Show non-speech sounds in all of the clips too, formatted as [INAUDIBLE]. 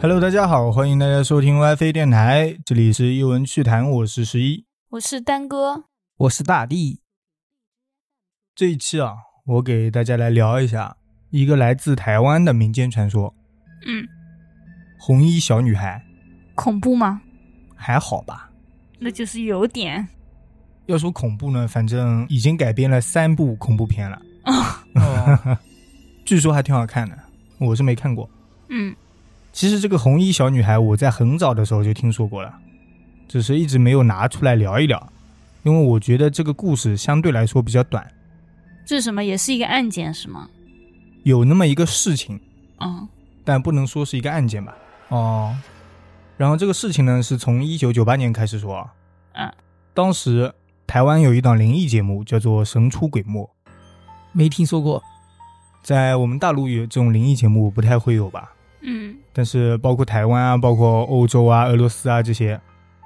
Hello，大家好，欢迎大家收听 WiFi 电台，这里是一文趣谈，我是十一，我是丹哥，我是大力。这一期啊，我给大家来聊一下一个来自台湾的民间传说嗯， ——红衣小女孩，恐怖吗？还好吧？那就是有点，要说恐怖呢，反正已经改编了三部恐怖片了，哦， [LAUGHS] 据说还挺好看的，我是没看过。嗯其实这个红衣小女孩，我在很早的时候就听说过了，只是一直没有拿出来聊一聊，因为我觉得这个故事相对来说比较短，这是什么也是一个案件是吗？有那么一个事情。嗯但不能说是一个案件吧。哦，然后这个事情呢，是从一九九八年开始说啊。嗯，当时台湾有一档灵异节目叫做《神出鬼没》，没听说过。在我们大陆有这种灵异节目不太会有吧？嗯但是包括台湾啊，包括欧洲啊、俄罗斯啊这些，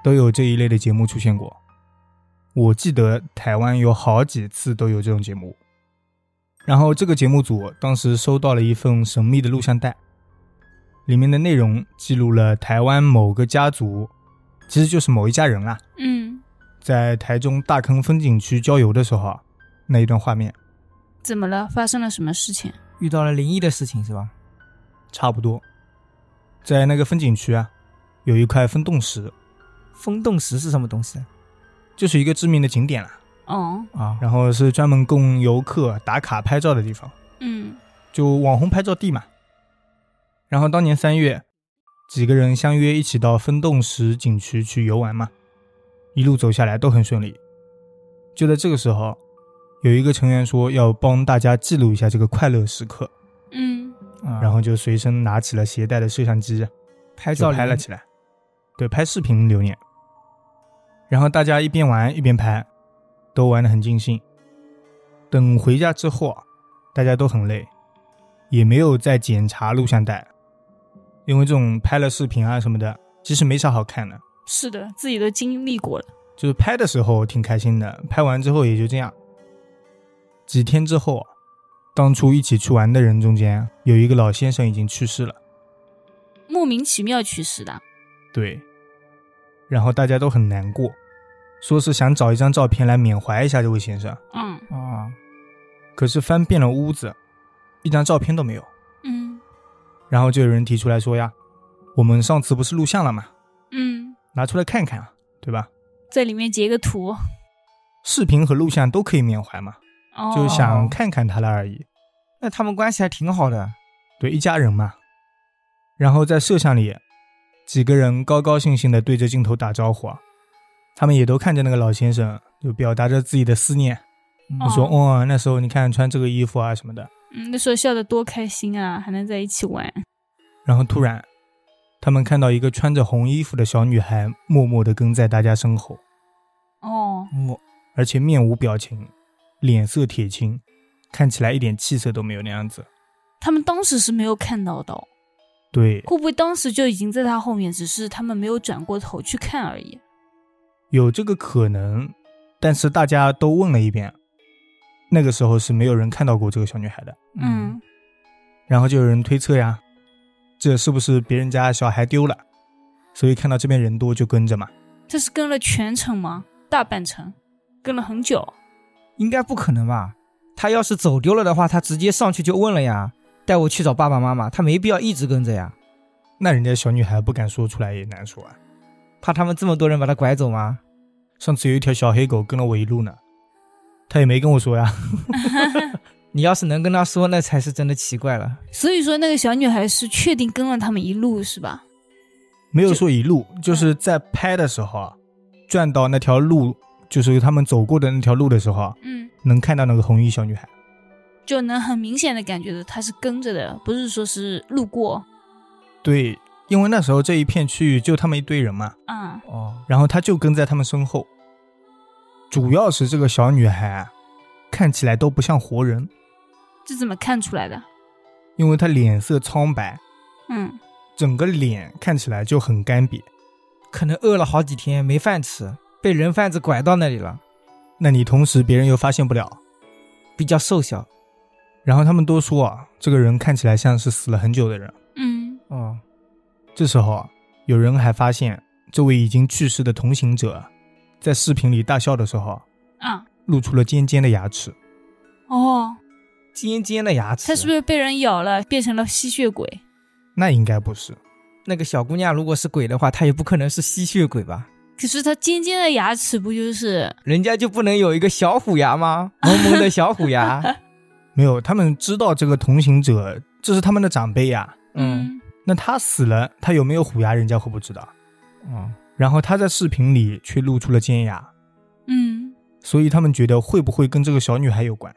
都有这一类的节目出现过。我记得台湾有好几次都有这种节目。然后这个节目组当时收到了一份神秘的录像带，里面的内容记录了台湾某个家族，其实就是某一家人啦、嗯，在台中大坑风景区郊游的时候啊那一段画面，怎么了？发生了什么事情？遇到了灵异的事情是吧？差不多。在那个风景区啊，有一块风洞石，风洞石是什么东西啊？就是一个知名的景点啦、哦，啊然后是专门供游客打卡拍照的地方，嗯就网红拍照地嘛。然后当年三月，几个人相约一起到分洞石景区去游玩嘛，一路走下来都很顺利。就在这个时候，有一个成员说要帮大家记录一下这个快乐时刻，嗯然后就随身拿起了携带的摄像机，啊拍就照拍了起来，对，拍视频留念。然后大家一边玩一边拍，都玩得很尽兴。等回家之后啊，大家都很累，也没有再检查录像带，因为这种拍了视频啊什么的，其实没啥好看的，是的，自己都经历过了。就是拍的时候挺开心的，拍完之后也就这样。几天之后啊，当初一起去玩的人中间有一个老先生已经去世了。莫名其妙去世的，对，然后大家都很难过，说是想找一张照片来缅怀一下这位先生。嗯啊，可是翻遍了屋子，一张照片都没有。嗯然后就有人提出来说呀：“我们上次不是录像了吗？嗯，拿出来看看啊，对吧？在里面截个图，视频和录像都可以缅怀嘛，哦，就想看看他了而已。那他们关系还挺好的。对，一家人嘛。”然后在摄像里，几个人高高兴兴的对着镜头打招呼啊，他们也都看着那个老先生，就表达着自己的思念。你你说，哦，那时候你看穿这个衣服啊什么的，嗯，那时候笑得多开心啊，还能在一起玩，然后突然，他们看到一个穿着红衣服的小女孩默默地跟在大家身后，哦，我而且面无表情，脸色铁青，看起来一点气色都没有那样子。他们当时是没有看到的哦、对，会不会当时就已经在他后面，只是他们没有转过头去看而已？有这个可能，但是大家都问了一遍，那个时候是没有人看到过这个小女孩的。嗯，然后就有人推测呀，这是不是别人家小孩丢了，所以看到这边人多就跟着嘛？这是跟了全程吗？大半程，跟了很久。应该不可能吧？他要是走丢了的话，他直接上去就问了呀，带我去找爸爸妈妈。他没必要一直跟着呀，那人家小女孩不敢说出来也难说啊。怕他们这么多人把他拐走吗？上次有一条小黑狗跟了我一路呢，它也没跟我说呀。你要是能跟他说，那才是真的奇怪了。所以说，那个小女孩是确定跟了他们一路是吧？没有说一路，就是在拍的时候啊，转到那条路，就是他们走过的那条路的时候啊，嗯，能看到那个红衣小女孩。就能很明显的感觉到她是跟着的，不是说是路过。对，因为那时候这一片区域就他们一堆人嘛，啊、哦，然后他就跟在他们身后。主要是这个小女孩啊看起来都不像活人，这怎么看出来的？因为她脸色苍白，嗯，整个脸看起来就很干瘪。可能饿了好几天没饭吃，被人贩子拐到那里了，那你同时别人又发现不了，比较瘦小。然后他们都说啊，这个人看起来像是死了很久的人。嗯，哦，这时候啊，有人还发现这位已经去世的同行者啊，在视频里大笑的时候啊，啊，露出了尖尖的牙齿。哦，尖尖的牙齿。他是不是被人咬了，变成了吸血鬼？那应该不是，那个小姑娘如果是鬼的话，她也不可能是吸血鬼吧？可是他尖尖的牙齿不就是人家就不能有一个小虎牙吗？萌萌的小虎 [LAUGHS] 牙，没有，他们知道这个同行者这是他们的长辈呀、嗯，那他死了，他有没有虎牙，人家会不知道。哦，然后他在视频里却露出了尖牙，嗯，所以他们觉得会不会跟这个小女孩有关？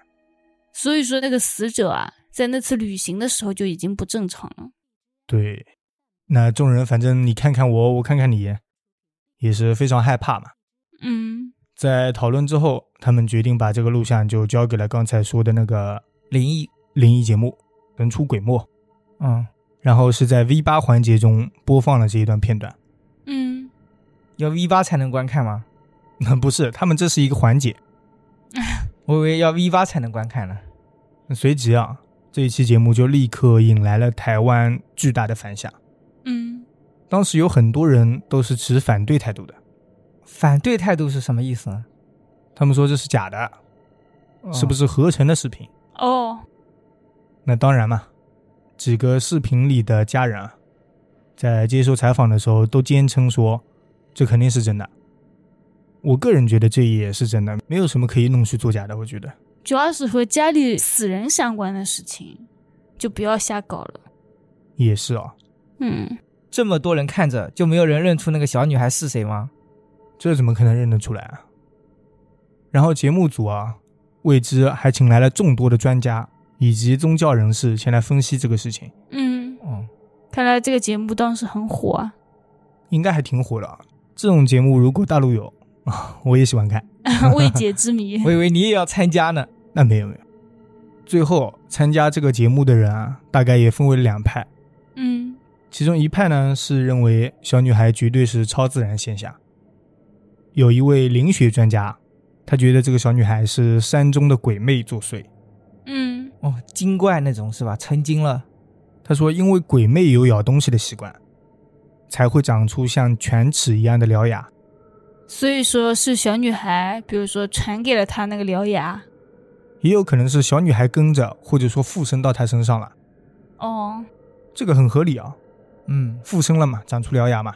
所以说那个死者啊，在那次旅行的时候就已经不正常了。对，那众人反正你看看我，我看看你，也是非常害怕嘛。嗯，在讨论之后，他们决定把这个录像就交给了刚才说的那个灵异，灵异节目《人出鬼没》，嗯，然后是在 V 八环节中播放了这一段片段。嗯，要 V 八才能观看吗？那 [LAUGHS] 不是，他们这是一个环节。我以为要 V 八才能观看呢。随即啊，这一期节目就立刻引来了台湾巨大的反响。嗯，当时有很多人都是持反对态度的，反对态度是什么意思呢？他们说这是假的，是不是？是合成的视频？哦，那当然嘛，几个视频里的家人啊，在接受采访的时候都坚称说，这肯定是真的。我个人觉得这也是真的，没有什么可以弄虚作假的。我觉得，主要是和家里死人相关的事情，就不要瞎搞了。也是啊，嗯，这么多人看着，就没有人认出那个小女孩是谁吗？这怎么可能认得出来啊？然后节目组啊，为之还请来了众多的专家以及宗教人士前来分析这个事情，嗯，哦，看来这个节目当时很火啊。 [LAUGHS] 应该还挺火的啊。这种节目如果大陆有 [LAUGHS] 啊，我也喜欢看。未解之谜。我以为你也要参加呢。那没有没有。最后参加这个节目的人啊，大概也分为两派，嗯其中一派呢是认为小女孩绝对是超自然现象。有一位灵学专家，他觉得这个小女孩是山中的鬼魅作祟。嗯哦，精怪那种是吧？成精了。他说，因为鬼魅有咬东西的习惯，才会长出像犬齿一样的獠牙。，所以说是小女孩，比如说传给了她那个獠牙。也有可能是小女孩跟着，或者说附身到她身上了，哦，这个很合理啊，嗯，附身了嘛，长出獠牙嘛。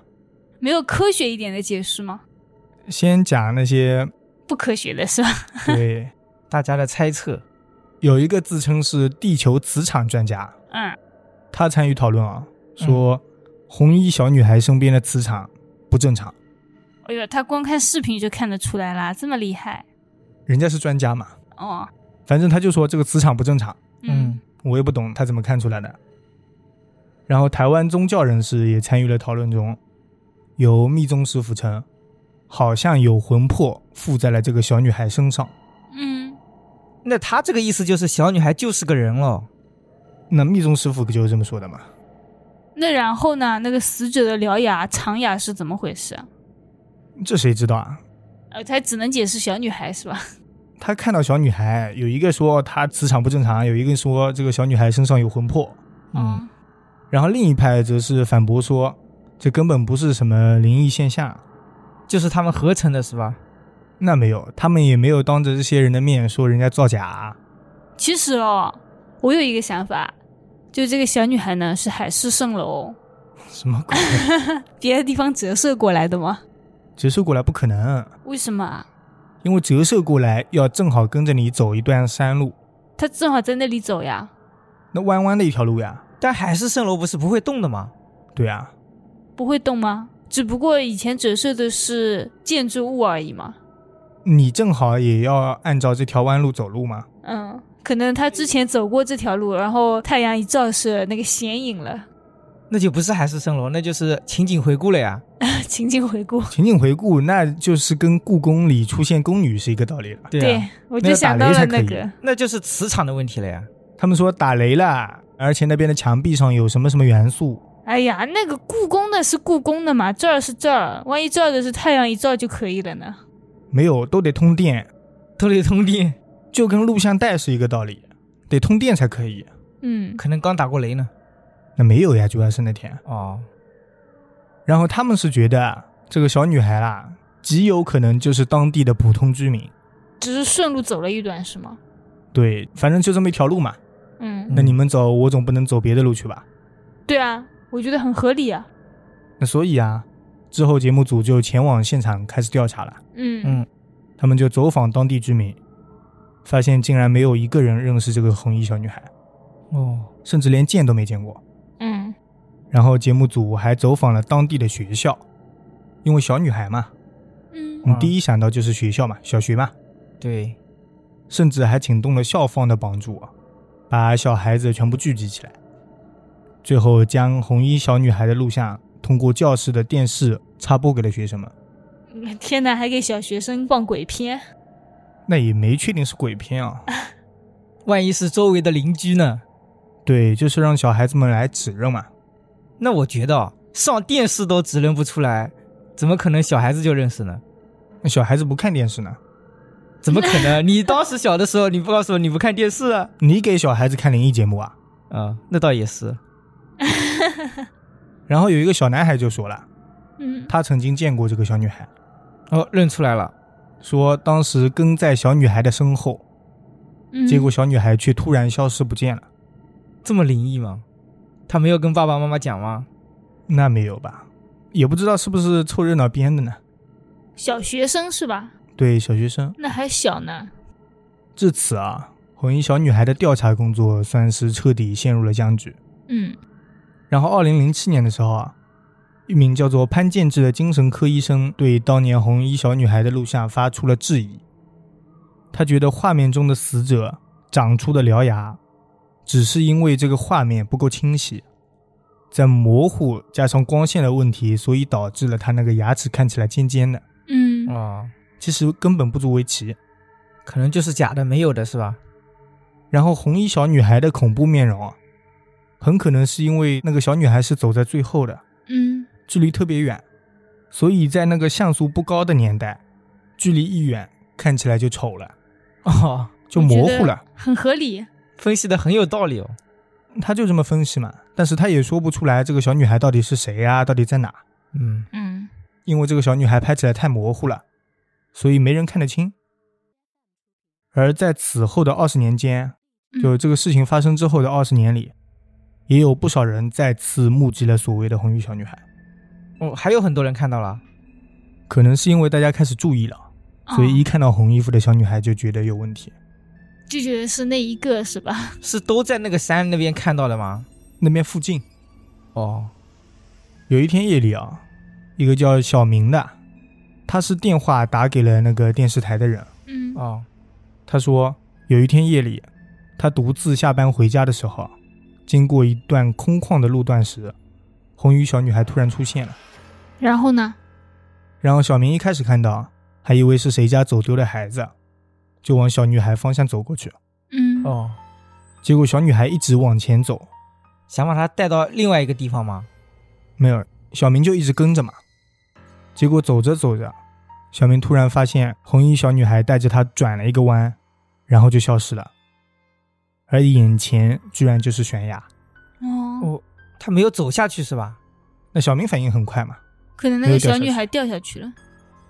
没有科学一点的解释吗？先讲那些，不科学的是吧？对，大家的猜测。有一个自称是地球磁场专家，嗯他参与讨论啊，说红衣小女孩身边的磁场不正常，哎呦，她光看视频就看得出来啦，这么厉害人家是专家嘛，哦。反正他就说这个磁场不正常，嗯我也不懂他怎么看出来的。然后台湾宗教人士也参与了讨论中，有密宗师傅称，好像有魂魄附在了这个小女孩身上。嗯那他这个意思就是小女孩就是个人喽。那密宗师傅就是这么说的嘛？那然后呢？那个死者的獠牙、长牙是怎么回事啊？这谁知道啊？呃，他只能解释小女孩是吧？他看到小女孩，有一个说她磁场不正常，有一个说这个小女孩身上有魂魄，嗯嗯然后另一派则是反驳说这根本不是什么灵异现象。就是他们合成的是吧？那没有，他们也没有当着这些人的面说人家造假。啊其实哦，我有一个想法，就这个小女孩呢是海市蜃楼什么鬼？别的地方折射过来的吗？折射过来不可能，为什么啊？因为折射过来要正好跟着你走一段山路，她正好在那里走呀。那弯弯的一条路呀。但海市蜃楼不是不会动的吗？对啊，不会动吗？只不过以前折射的是建筑物而已嘛。你正好也要按照这条弯路走路吗？嗯，可能他之前走过这条路，然后太阳一照射，那个显影了。 [LAUGHS] 那就不是海市蜃楼，那就是情景回顾了呀。情景回顾，情景回顾，那就是跟故宫里出现宫女是一个道理了。对啊，我那就个想打到雷了才可那以个。那就是磁场的问题了呀。他们说打雷了，而且那边的墙壁上有什么什么元素。哎呀，那个故宫的是故宫的嘛，这儿是这儿，万一这儿的是太阳一照就可以了呢。没有，都得通电，都得通电，就跟录像带是一个道理，得通电才可以。嗯，可能刚打过雷呢。那没有呀，主要是那天。哦，然后他们是觉得啊这个小女孩啦，极有可能就是当地的普通居民。只是顺路走了一段是吗？对，反正就这么一条路嘛。嗯，那你们走，我总不能走别的路去吧？对啊，我觉得很合理啊。那所以啊，之后节目组就前往现场开始调查了。嗯嗯他们就走访当地居民，发现竟然没有一个人认识这个红衣小女孩，哦，甚至连见都没见过。嗯然后节目组还走访了当地的学校，因为小女孩嘛，嗯我们第一想到就是学校嘛，小学嘛，对，甚至还请动了校方的帮助啊，把小孩子全部聚集起来。最后将红衣小女孩的录像通过教室的电视插播给了学生们，嗯，天哪，还给小学生放鬼片，那也没确定是鬼片啊，万一是周围的邻居呢？对，就是让小孩子们来指认嘛。那我觉得啊上电视都指认不出来，怎么可能小孩子就认识呢？那小孩子不看电视呢，怎么可能？你当时小的时候，你不告诉我你不看电视啊？你给小孩子看灵异节目啊？啊、那倒也是。然后有一个小男孩就说了，嗯，他曾经见过这个小女孩，哦，认出来了。说当时跟在小女孩的身后，嗯结果小女孩却突然消失不见了。这么灵异吗？他没有跟爸爸妈妈讲吗？那没有吧？也不知道是不是凑热闹编的呢。小学生是吧？对，小学生。那还小呢，至此啊，红衣小女孩的调查工作算是彻底陷入了僵局。嗯然后，二零零七年的时候啊，一名叫做潘建志的精神科医生对当年红衣小女孩的录像发出了质疑。他觉得画面中的死者长出的獠牙，只是因为这个画面不够清晰，在模糊加上光线的问题，所以导致了他那个牙齿看起来尖尖的，嗯啊、其实根本不足为奇。可能就是假的，没有的是吧？然后红衣小女孩的恐怖面容啊，很可能是因为那个小女孩是走在最后的，嗯距离特别远，所以在那个像素不高的年代，距离一远看起来就丑了，哦，就模糊了。很合理。分析的很有道理哦。他就这么分析嘛，但是他也说不出来这个小女孩到底是谁呀、到底在哪，嗯，嗯因为这个小女孩拍起来太模糊了，所以没人看得清。而在此后的二十年间，嗯就这个事情发生之后的二十年里，也有不少人再次目击了所谓的红衣小女孩。哦，还有很多人看到了。可能是因为大家开始注意了，所以一哦、看到红衣服的小女孩就觉得有问题。就觉得是那一个是吧？是都在那个山那边看到的吗？那边附近哦，有一天夜里啊，一个叫小明的，他是电话打给了那个电视台的人，嗯哦，他说有一天夜里，他独自下班回家的时候，经过一段空旷的路段时，红衣小女孩突然出现了。然后呢？然后小明一开始看到，还以为是谁家走丢的孩子，就往小女孩方向走过去。嗯哦，结果小女孩一直往前走，想把他带到另外一个地方吗？没有，小明就一直跟着嘛。结果走着走着，小明突然发现红衣小女孩带着他转了一个弯，然后就消失了。而眼前居然就是悬崖。哦，哦，他没有走下去是吧？那小明反应很快嘛，可能那没有个掉小下女去孩掉下去了。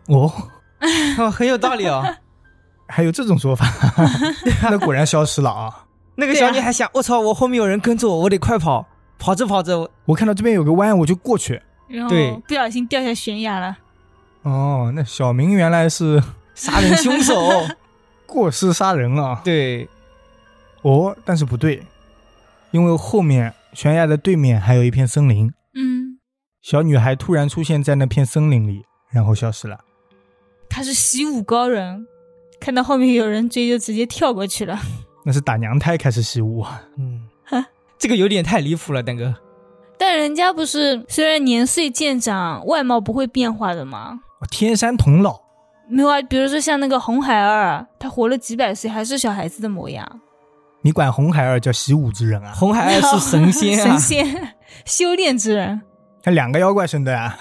哦，哦，很有道理哦。还有这种说法， [LAUGHS] 那果然消失了啊！那个对小啊女孩想，我、操，我后面有人跟着我，我得快跑。跑着跑着，我我看到这边有个弯，我就过去。然对后不小心掉下悬崖了。哦，那小明原来是杀人凶手。 [LAUGHS] 过失杀人啊！对，哦，但是不对，因为后面悬崖的对面还有一片森林，嗯，小女孩突然出现在那片森林里，然后消失了。她是习武高人，看到后面有人追就直接跳过去了。那是打娘胎开始习武啊。嗯，这个有点太离谱了，那个。但人家不是虽然年岁渐长，外貌不会变化的吗？哦天山童姥，没有啊，比如说像那个红孩儿，啊他活了几百岁还是小孩子的模样，你管红孩儿叫习武之人啊？红孩儿是神仙 [LAUGHS] 啊，神仙修炼之人。他两个妖怪生的啊。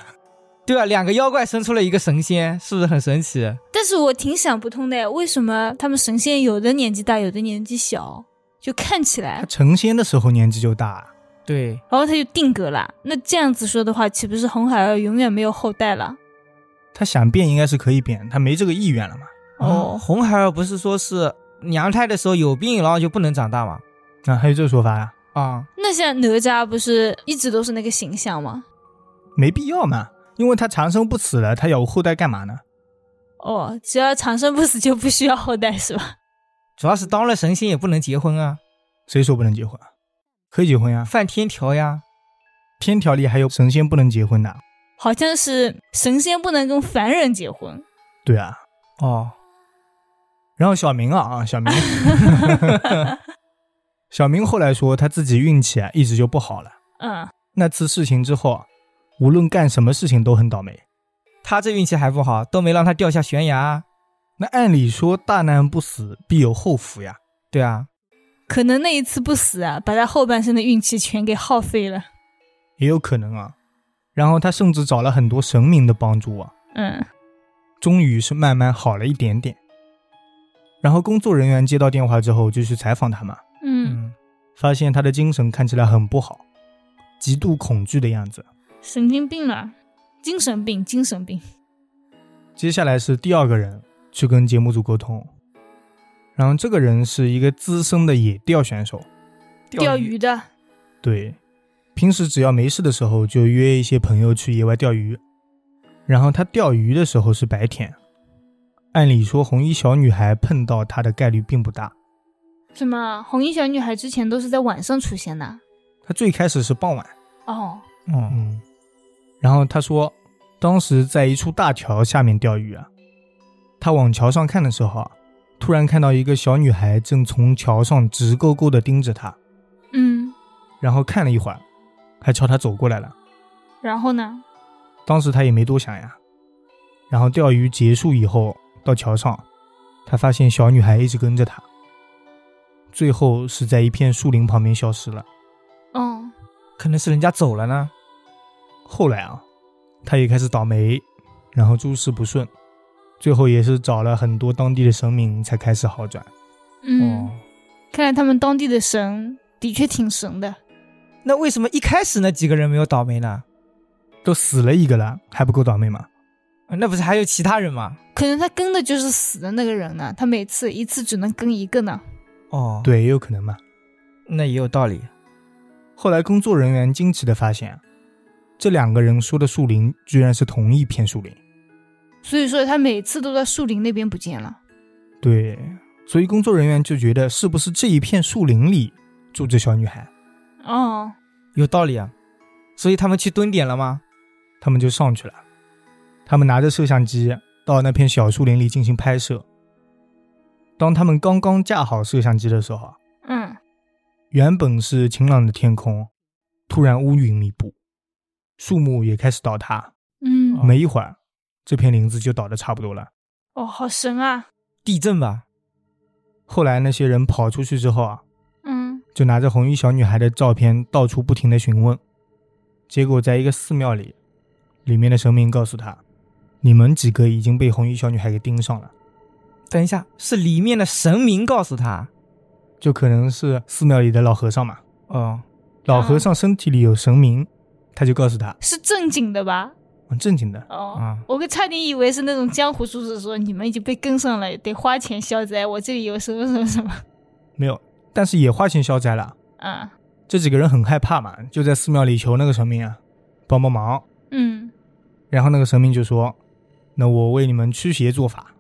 对啊，两个妖怪生出了一个神仙，是不是很神奇？但是我挺想不通的，为什么他们神仙有的年纪大，有的年纪小，就看起他来成仙的时候年纪就大啊，对，然后他就定格了。那这样子说的话，岂不是红孩儿永远没有后代了？他想变应该是可以变，他没这个意愿了嘛？哦，哦，红孩儿不是说是娘胎的时候有病，然后就不能长大吗？啊，还有这个说法呀、啊，那像哪吒不是一直都是那个形象吗？没必要嘛，因为他长生不死了，他有后代干嘛呢？哦，只要长生不死就不需要后代是吧？主要是当了神仙也不能结婚啊，谁说不能结婚啊？可以结婚呀、犯天条呀。天条里还有神仙不能结婚的。 [LAUGHS] 啊好像是神仙不能跟凡人结婚。对啊，哦，然后小明啊啊，小明，小明后来说他自己运气啊一直就不好了。嗯，那次事情之后啊，无论干什么事情都很倒霉。他这运气还不好，都没让他掉下悬崖。那按理说大难不死必有后福呀，对啊，可能那一次不死啊，把他后半生的运气全给耗费了。也有可能啊。然后他甚至找了很多神明的帮助啊，嗯，终于是慢慢好了一点点。然后工作人员接到电话之后就去采访他嘛，嗯，嗯，发现他的精神看起来很不好，极度恐惧的样子。神经病了，精神病，精神病。接下来是第二个人去跟节目组沟通，然后这个人是一个资深的野钓选手，钓鱼的，对，平时只要没事的时候就约一些朋友去野外钓鱼，然后他钓鱼的时候是白天，按理说红衣小女孩碰到他的概率并不大，什么红衣小女孩之前都是在晚上出现的。他最开始是傍晚，哦，嗯，嗯，然后他说当时在一处大桥下面钓鱼啊，他往桥上看的时候啊，突然看到一个小女孩正从桥上直勾勾的盯着他。嗯，然后看了一会儿，还朝他走过来了。然后呢？当时他也没多想呀。然后钓鱼结束以后，到桥上，他发现小女孩一直跟着他，最后是在一片树林旁边消失了。哦，可能是人家走了呢。后来啊，他也开始倒霉，然后诸事不顺，最后也是找了很多当地的神明才开始好转。嗯，哦，看来他们当地的神的确挺神的。那为什么一开始那几个人没有倒霉呢？都死了一个了，还不够倒霉吗？呃那不是还有其他人吗？可能他跟的就是死的那个人呢，他每次一次只能跟一个呢。哦，，对，也有可能嘛。那也有道理。后来工作人员惊奇的发现啊，这两个人说的树林居然是同一片树林。所以说他每次都在树林那边不见了。对，所以工作人员就觉得是不是这一片树林里住着小女孩？哦，有道理啊，所以他们去蹲点了吗？他们就上去了，他们拿着摄像机到那片小树林里进行拍摄。当他们刚刚架好摄像机的时候啊，嗯，原本是晴朗的天空，突然乌云密布，树木也开始倒塌。嗯，没一会儿，这片林子就倒得差不多了。哦，好神啊，地震吧？后来那些人跑出去之后啊，嗯，就拿着红衣小女孩的照片到处不停的询问，结果在一个寺庙里，里面的神明告诉他，你们几个已经被红衣小女孩给盯上了，等一下，是里面的神明告诉他。就可能是寺庙里的老和尚嘛，哦，老和尚身体里有神明，他就告诉他，是正经的吧？嗯正经的，哦，啊，我个差点以为是那种江湖术士说你们已经被跟上了，得花钱消灾，我这里有什么什么什么没有，但是也花钱消灾了，啊，这几个人很害怕嘛，就在寺庙里求那个神明啊，帮帮忙，嗯，然后那个神明就说：“那我为你们驱邪做法。”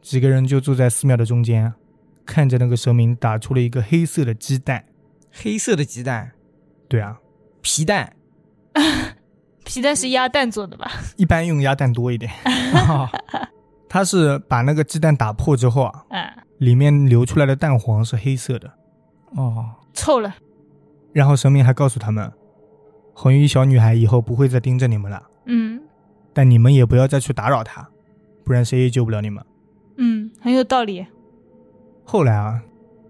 几个人就坐在寺庙的中间，啊看着那个神明打出了一个黑色的鸡蛋。黑色的鸡蛋，对啊，皮蛋。皮蛋是鸭蛋做的吧？一般用鸭蛋多一点。哦他是把那个鸡蛋打破之后啊，啊，里面流出来的蛋黄是黑色的。哦，臭了，然后神明还告诉他们，红衣小女孩以后不会再盯着你们了，嗯但你们也不要再去打扰她，不然谁也救不了你们。嗯，很有道理，后来啊，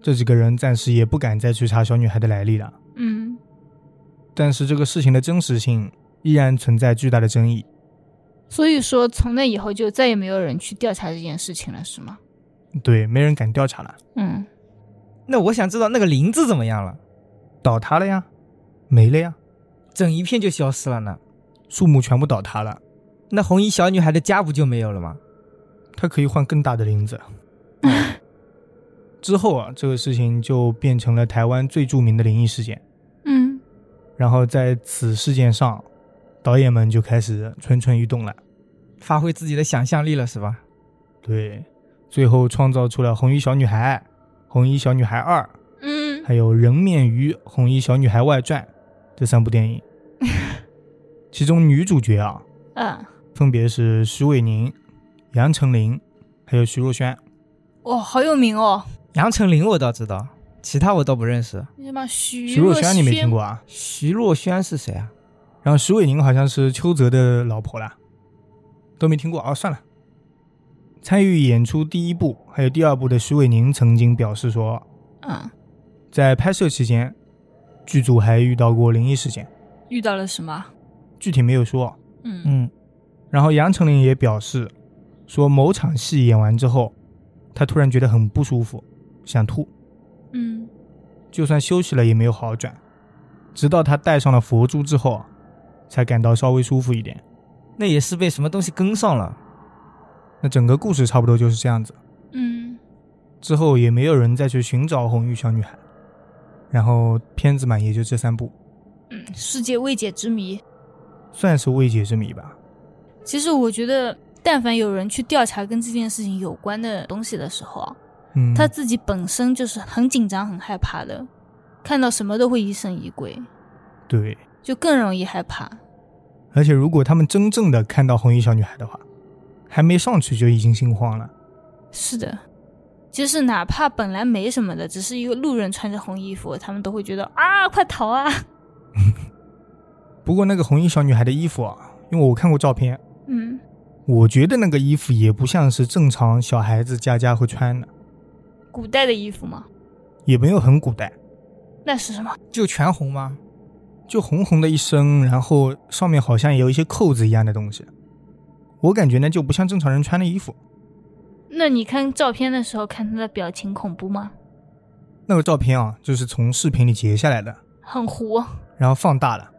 这几个人暂时也不敢再去查小女孩的来历了。嗯但是这个事情的真实性依然存在巨大的争议。所以说从那以后就再也没有人去调查这件事情了，是吗？对，没人敢调查了，嗯，那我想知道那个林子怎么样了？倒塌了呀。没了呀，整一片就消失了呢。树木全部倒塌了，那红衣小女孩的家不就没有了吗？它可以换更大的林子。之后啊，这个事情就变成了台湾最著名的灵异事件。嗯，然后在此事件上，导演们就开始蠢蠢欲动了。发挥自己的想象力了是吧？对，最后创造出了《红衣小女孩》《红衣小女孩二》嗯，还有《人面鱼》《红衣小女孩外传》这三部电影。其中女主角啊，啊，分别是徐伟宁、杨丞琳，还有徐若瑄。哇，好有名哦！杨丞琳我倒知道，其他我倒不认识。什么徐徐若瑄瑄你没听过啊？徐若瑄是谁啊？然后徐伟宁好像是邱泽的老婆啦，都没听过啊、算了。参与演出第一部还有第二部的徐伟宁曾经表示说，啊，在拍摄期间，剧组还遇到过灵异事件，遇到了什么？具体没有说。嗯嗯，然后杨丞琳也表示，说某场戏演完之后，她突然觉得很不舒服，想吐，嗯，就算休息了也没有好转，直到她戴上了佛珠之后，才感到稍微舒服一点。那也是被什么东西跟上了。那整个故事差不多就是这样子。嗯，之后也没有人再去寻找红衣小女孩，然后片子嘛也就这三部，嗯，世界未解之谜。算是未解之谜吧。其实我觉得，但凡有人去调查跟这件事情有关的东西的时候啊，嗯，他自己本身就是很紧张、很害怕的，看到什么都会疑神疑鬼，对，就更容易害怕。而且如果他们真正的看到红衣小女孩的话，还没上去就已经心慌了。是的，就是哪怕本来没什么的，只是一个路人穿着红衣服，他们都会觉得啊，快逃啊！ [LAUGHS] 不过那个红衣小女孩的衣服啊，因为我看过照片，嗯，我觉得那个衣服也不像是正常小孩子家家会穿的，古代的衣服吗？也没有很古代，那是什么？就全红吗？就红红的一身，然后上面好像也有一些扣子一样的东西，我感觉呢就不像正常人穿的衣服。那你看照片的时候，看他的表情恐怖吗？那个照片啊，就是从视频里截下来的，很糊，哦然后放大了。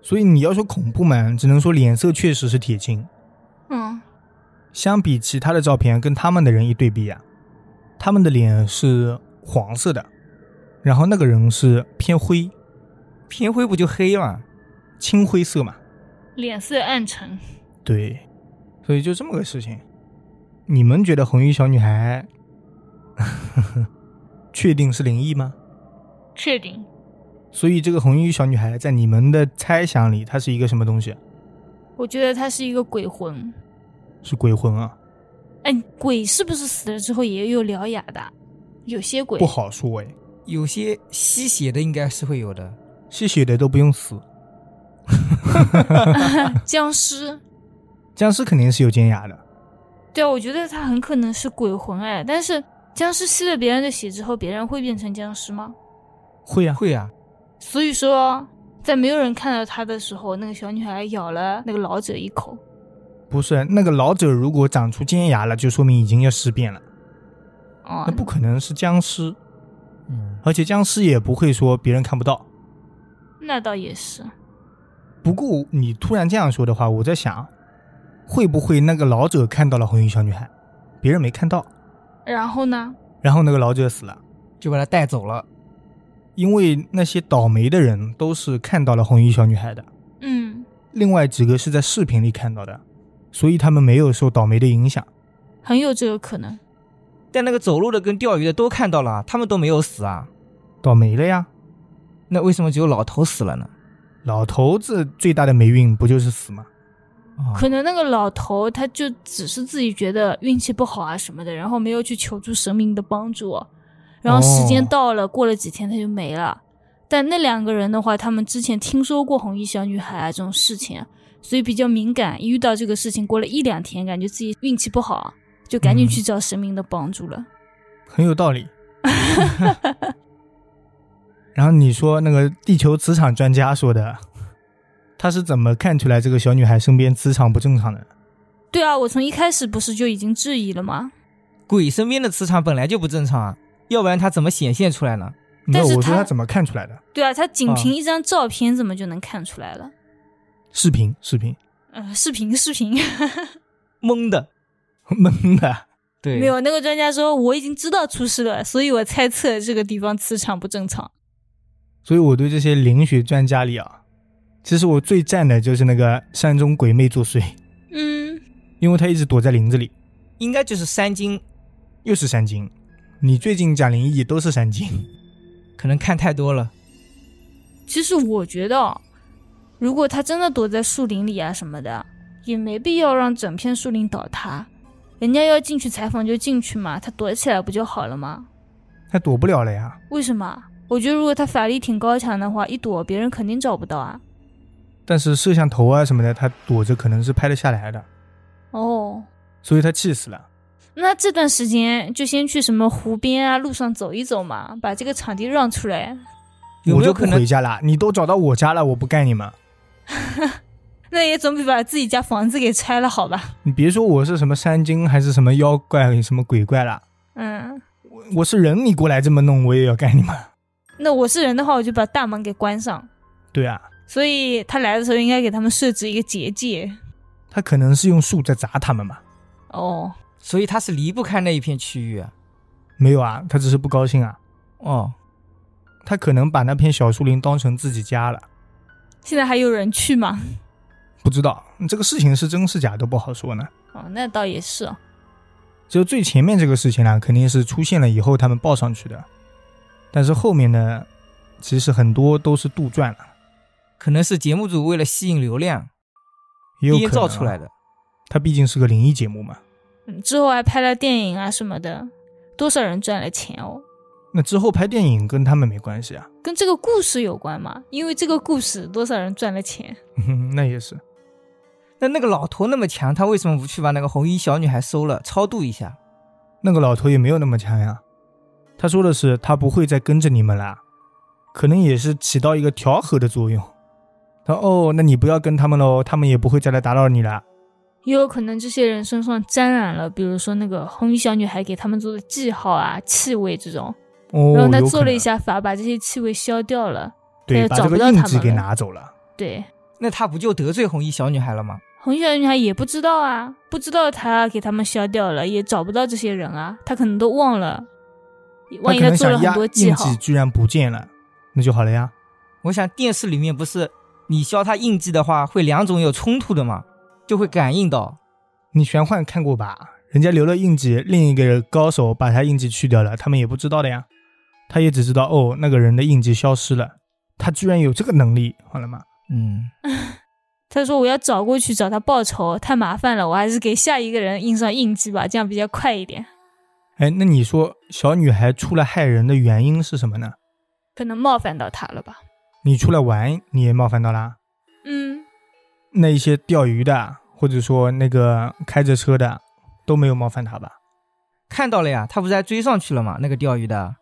所以你要说恐怖嘛，只能说脸色确实是铁青。嗯，相比其他的照片，跟他们的人一对比啊，他们的脸是黄色的，然后那个人是偏灰、偏灰不就黑嘛？青灰色嘛。脸色暗沉。对，所以就这么个事情。你们觉得红衣小女孩， [LAUGHS] 确定是灵异吗？确定，所以这个红衣小女孩在你们的猜想里，她是一个什么东西？我觉得他是一个鬼魂。是鬼魂啊？哎，鬼是不是死了之后也有獠牙的？啊有些鬼不好说哎，有些吸血的应该是会有的。吸血的都不用死，僵尸。僵尸肯定是有尖牙的。对啊，我觉得他很可能是鬼魂哎，但是僵尸吸了别人的血之后，别人会变成僵尸吗？会啊，会啊，所以说，在没有人看到他的时候，那个小女孩咬了那个老者一口。不是啊那个老者如果长出尖牙了，就说明已经要尸变了，哦那，不可能是僵尸，嗯，而且僵尸也不会说别人看不到。那倒也是。不过你突然这样说的话，我在想，会不会那个老者看到了红衣小女孩，别人没看到，然后呢？然后那个老者死了，就把她带走了。因为那些倒霉的人都是看到了红衣小女孩的，嗯，另外几个是在视频里看到的，所以他们没有受倒霉的影响。很有这个可能。但那个走路的跟钓鱼的都看到了啊，他们都没有死啊。倒霉了呀。那为什么只有老头死了呢？老头子最大的霉运不就是死吗？哦可能那个老头他就只是自己觉得运气不好啊什么的，然后没有去求助神明的帮助，哦然后时间到了，过了几天他就没了。但那两个人的话，他们之前听说过红衣小女孩啊这种事情，所以比较敏感，一遇到这个事情，过了一两天，感觉自己运气不好，啊就赶紧去找神明的帮助了。很有道 [LAUGHS] 理。然后你说那个地球磁场专家说的，他是怎么看出来这个小女孩身边磁场不正常的？对啊，我从一开始不是就已经质疑了吗？鬼身边的磁场本来就不正常啊，要不然他怎么显现出来呢？没有，但是我说他他怎么看出来的？对啊，他仅啊凭一张照片怎么就能看出来了？视频，视频，呃，视频视频，懵的，懵的。对，没有那个专家说我已经知道出事了，所以我猜测这个地方磁场不正常。所以我对这些灵学专家里啊，其实我最赞的就是那个山中鬼魅作祟，嗯，因为他一直躲在林子里，应该就是三金，又是山精。你最近讲灵异都是山嗯精，可能看太多了。其实我觉得哦，如果他真的躲在树林里啊什么的，也没必要让整片树林倒塌。人家要进去采访就进去嘛，他躲起来不就好了吗？他躲不了了呀。为什么？我觉得如果他法力挺高强的话，一躲别人肯定找不到啊。但是摄像头啊什么的，他躲着可能是拍得下来的，哦，所以他气死了。那这段时间就先去什么湖边啊、路上走一走嘛，把这个场地让出来。有没我有就不可能回家了，你都找到我家了，我不干你们。那也总比把自己家房子给拆了好吧？你别说我是什么山精还是什么妖怪什么鬼怪了，嗯，我我是人，你过来这么弄，我也要干你们。那我是人的话，我就把大门给关上。对啊，所以他来的时候应该给他们设置一个结界。他可能是用树在砸他们嘛？哦，所以他是离不开那一片区域啊。没有啊，他只是不高兴啊，哦，他可能把那片小树林当成自己家了，现在还有人去吗？不知道这个事情是真是假都不好说呢。哦，那倒也是哦。就最前面这个事情呢，肯定是出现了以后他们报上去的，但是后面呢，其实很多都是杜撰了，可能是节目组为了吸引流量也有可捏能、啊造出来。的。它毕竟是个灵异节目嘛，嗯之后还拍了电影啊什么的，多少人赚了钱哦？那之后拍电影跟他们没关系啊。 [LAUGHS] 跟这个故事有关嘛？因为这个故事多少人赚了钱？嗯那也是，那那个老头那么强，他为什么不去把那个红衣小女孩收了，超度一下？那个老头也没有那么强呀。他说的是他不会再跟着你们啦，可能也是起到一个调和的作用。他说哦，那你不要跟他们喽，他们也不会再来打扰你啦。也有可能这些人身上沾染了，比如说那个红衣小女孩给他们做的记号啊、气味这种，哦，然后他有可做了能一，下法，把这些气味消掉了。对，也把找这不个到印他记们给了拿走了。对，那他不就得罪红衣小女孩了吗？红衣小女孩也不知道啊，不知道他给他们消掉了，也找不到这些人啊，他可能都忘了。他万一可能做了想很压多记印号记，居然不见了，那就好了呀。我想电视里面不是你消他印记的话，会两种有冲突的嘛，就会感应到。你玄幻看过吧？人家留了印记，另一个高手把他印记去掉了，他们也不知道的呀。他也只知道哦，那个人的印记消失了，他居然有这个能力，好了吗？嗯，他说我要找过去找他报仇，太麻烦了，我还是给下一个人印上印记吧，这样比较快一点。哎，那你说小女孩出来害人的原因是什么呢？可能冒犯到他了吧？你出来玩，你也冒犯到啦。嗯，那一些钓鱼的，或者说那个开着车的，都没有冒犯他吧？看到了呀，他不是还追上去了吗？那个钓鱼的，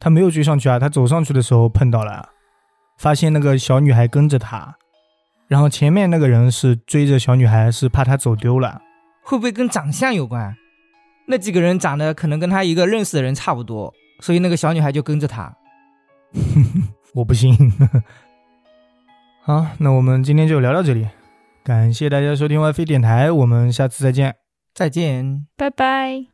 他没有追上去啊，他走上去的时候碰到了，发现那个小女孩跟着他，然后前面那个人是追着小女孩，是怕她走丢了。会不会跟长相有关？那几个人长得可能跟他一个认识的人差不多，所以那个小女孩就跟着他。我不信。 [LAUGHS] 好，那我们今天就聊到这里，感谢大家收听 WiFi 电台，我们下次再见。再见。拜拜。